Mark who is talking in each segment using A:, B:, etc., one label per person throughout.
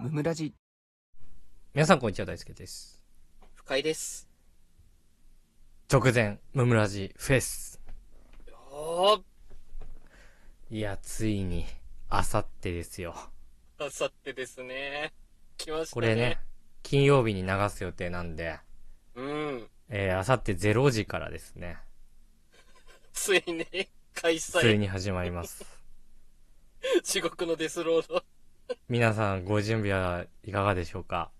A: ムムラジ
B: 皆さんこんにちは、大輔です。
C: 不快です。
B: 直前、ムムラジフェス。
C: おー、
B: いや、ついに、あさってですよ。
C: あさってですね。来ましたね。
B: これね。、金曜日に流す予定なんで、
C: うん。
B: えー、あさって0時からですね、
C: ついに、開
B: つい
C: 催。
B: に始まります。
C: 地獄のデスロード。
B: 皆さんご準備はいかがでしょうか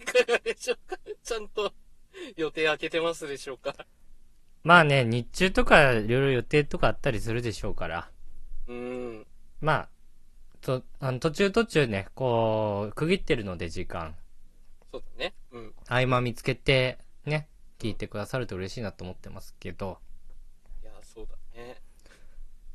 C: いかがでしょうかちゃんと、予定開けてますでしょうか
B: まあね、日中とかいろいろ予定とかあったりするでしょうから、
C: うん。
B: まあ、と、あの途中途中ね、こう、区切ってるので時間、
C: そうだね。うん。
B: 合間見つけて、ね、聞いてくださると嬉しいなと思ってますけど、
C: いや、そうだね。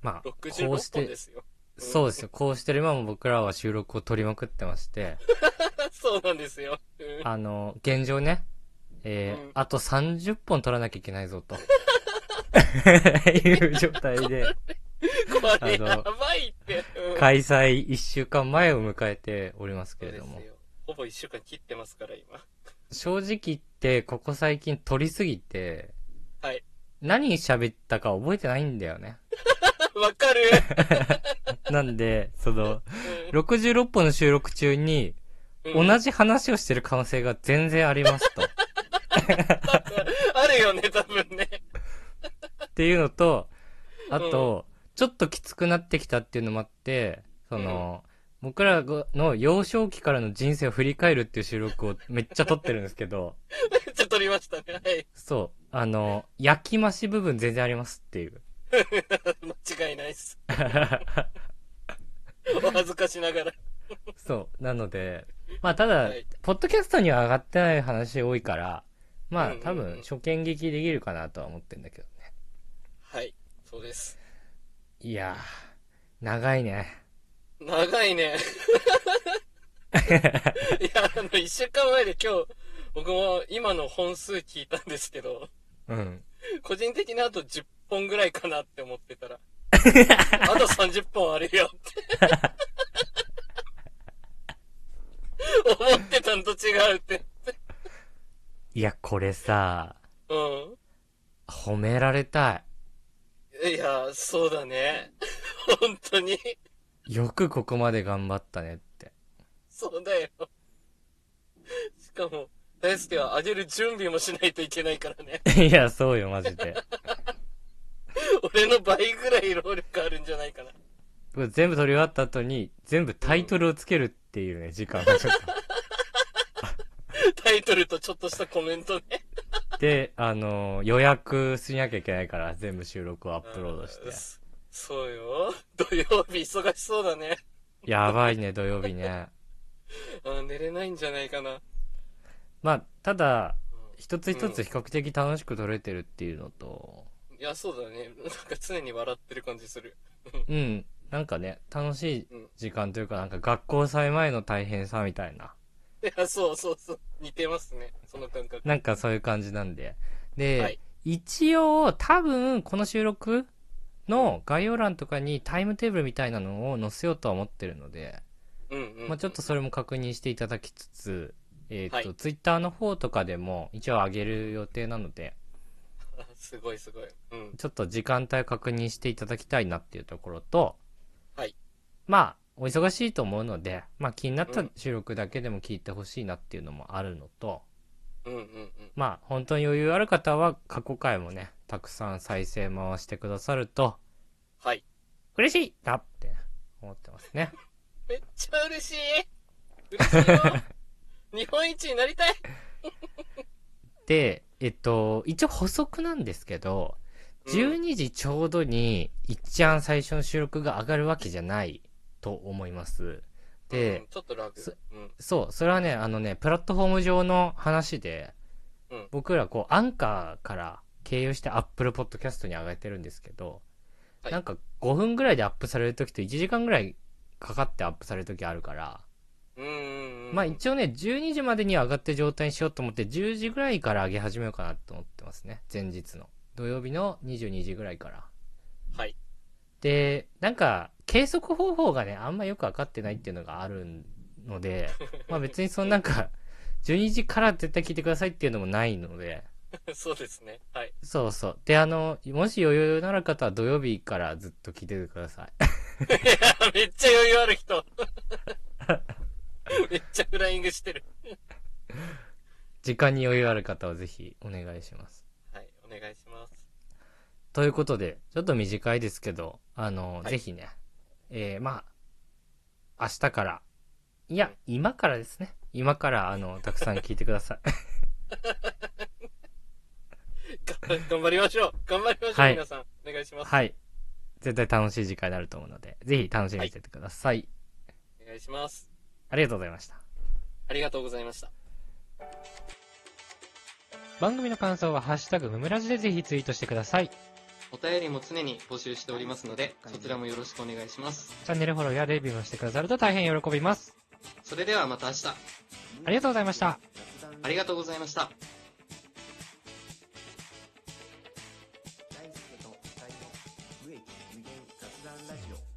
B: まあ、
C: 66
B: こうし
C: 本
B: て
C: で、すよ。
B: そうですよ、こうしてる今も僕らは収録を取りまくってま して、
C: そうなんですよ。うん
B: あの、現状ね、えー
C: うん
B: あと30本取らなきゃいけないぞ と。いう状態で、
C: これ、
B: あの
C: やばいって。うん
B: 開催1週間前を迎えておりますけれど
C: そう
B: も
C: です。よほぼ一週間切ってますから、今。
B: 正直言って、ここ最近取りすぎて、
C: はい
B: 何喋ったか覚えてないんだよね。
C: わかる、
B: なんで、その、66本の収録中に、
C: う ん
B: 同じ話をしてる可能性が全然ありますと。
C: あるよね、多分ね。
B: っていうのと、あと、ちょっときつくなってきたっていうのもあって、その、僕らの幼少期からの人生を振り返るっていう収録をめっちゃ撮ってるんですけど、
C: めっちゃ撮りましたね。はい。
B: そう、あの、焼き増し部分全然ありますっていう。
C: 間違いないっす。お恥ずかしながら。
B: そう、なので、まあただ、
C: はい
B: ポッドキャストには上がってない話多いから、まあ
C: うんうんうん
B: 多分初見劇できるかなとは思ってんだけどね。
C: はい。そうです。
B: いやー、長いね。
C: 長いね。いや、あの、一週間前で今日、僕も今の本数聞いたんですけど、
B: うん。
C: 個人的にあと10本ぐらいかなって思ってたら、あと30本あるよって。思ってたんと違うって。
B: いや、これさ、
C: うん。
B: 褒められた
C: いや、そうだね。本当に。
B: い。よくここまで頑張ったねって。
C: そうだよ。しかも、大輔はあげる準備もしないといけないからね。
B: いや、そうよ、マジで。
C: 俺の倍ぐらい労力あるんじゃないかな。
B: これ全部撮り終わった後に、全部タイトルをつけるっていうね、時間がちょっと
C: タイトルとちょっとしたコメントね。
B: あって、あの、予約しなきゃいけないから、全部収録をアップロードし
C: う
B: て
C: っ。すそうよ。土曜日忙しそうだね。
B: やばいね、土曜日ね。
C: あ寝れないんじゃないかな。
B: まあ、ただ、一つ一つ比較的楽しく撮れてるっていうのと、
C: いや、そうだね。なんか常に笑ってる感じする。
B: うん、なんかね、楽しい
C: うん
B: 時間というか、なんか学校祭前の大変さみたいな、
C: いや、そうそうそう。似てますね。その感覚。
B: なんかそういう感じなんで。で、
C: はい
B: 一応、多分、この収録の概要欄とかにタイムテーブルみたいなのを載せようとは思ってるので、
C: うんうん。
B: まあちょっとそれも確認していただきつつ、えっ、と、
C: はい
B: ツイッターの方とかでも一応上げる予定なので、
C: あ。すごいすごい。うん。
B: ちょっと時間帯確認していただきたいなっていうところと、
C: はい。
B: まあ、お忙しいと思うので、まあ気になった
C: うん
B: 収録だけでも聞いてほしいなっていうのもあるのと、
C: うんうんうん。
B: まあ本当に余裕ある方は過去回もね、たくさん再生回してくださると、
C: はい。
B: 嬉しいなって思ってますね。
C: めっちゃ 嬉しい嬉しいよ日本一になりたい
B: で、えっと、一応補足なんですけど、12時ちょうどに、一番最初の収録が上がるわけじゃないと思います。で、
C: うんちょっと楽
B: す。
C: うん。
B: そう、それはね、あのね、プラットフォーム上の話で、
C: うん
B: 僕らこう、アンカーから経由して Apple Podcast に上げてるんですけど、
C: はい
B: なんか5分ぐらいでアップされる時と1時間ぐらいかかってアップされる時あるから、
C: うんうんうん。
B: まあ一応ね、12時までには上がって状態にしようと思って、10時ぐらいから上げ始めようかなと思ってますね。前日の。土曜日の22時ぐらいから。
C: はい。
B: で、なんか、計測方法がね、あんまよくわかってないっていうのがあるんの で、まあ別にそのなんか、12時から絶対聞いてくださいっていうのもないので、
C: そうですね。はい。
B: そうそう。で、あの、もし余裕のある方は土曜日からずっと聞いててください。
C: いや、めっちゃ余裕あ る人。めっちゃフライングしてる。
B: 時間に余裕ある方はぜひお願いします。
C: はい、お願いします。
B: ということで、ちょっと短いですけど、あの、
C: はい
B: ぜひね、えー、まあ、明日から、いや、今からですね。今から、あの、たくさん聞いてくだ さい。
C: が頑張りましょう。頑張りましょう、
B: はい
C: 皆さん。お願いします。
B: はい。絶対楽しい時間になると思うので、ぜひ楽しみにしててください。
C: お願いします。
B: ありがとうございました。
C: ありがとうございました。
B: 番組の感想は、ハッシュタグムムラジでぜひツイートしてください。チ
C: お便りも常に募集しておりますので、そちらもよろしくお願いします。
B: ャンネルフォローやレビューもしてくださると大変喜びます。
C: それではまた明日、
B: ありがとうございました。
C: ありがとうございました。
A: 大輔と二人の無益無限雑談ラジオ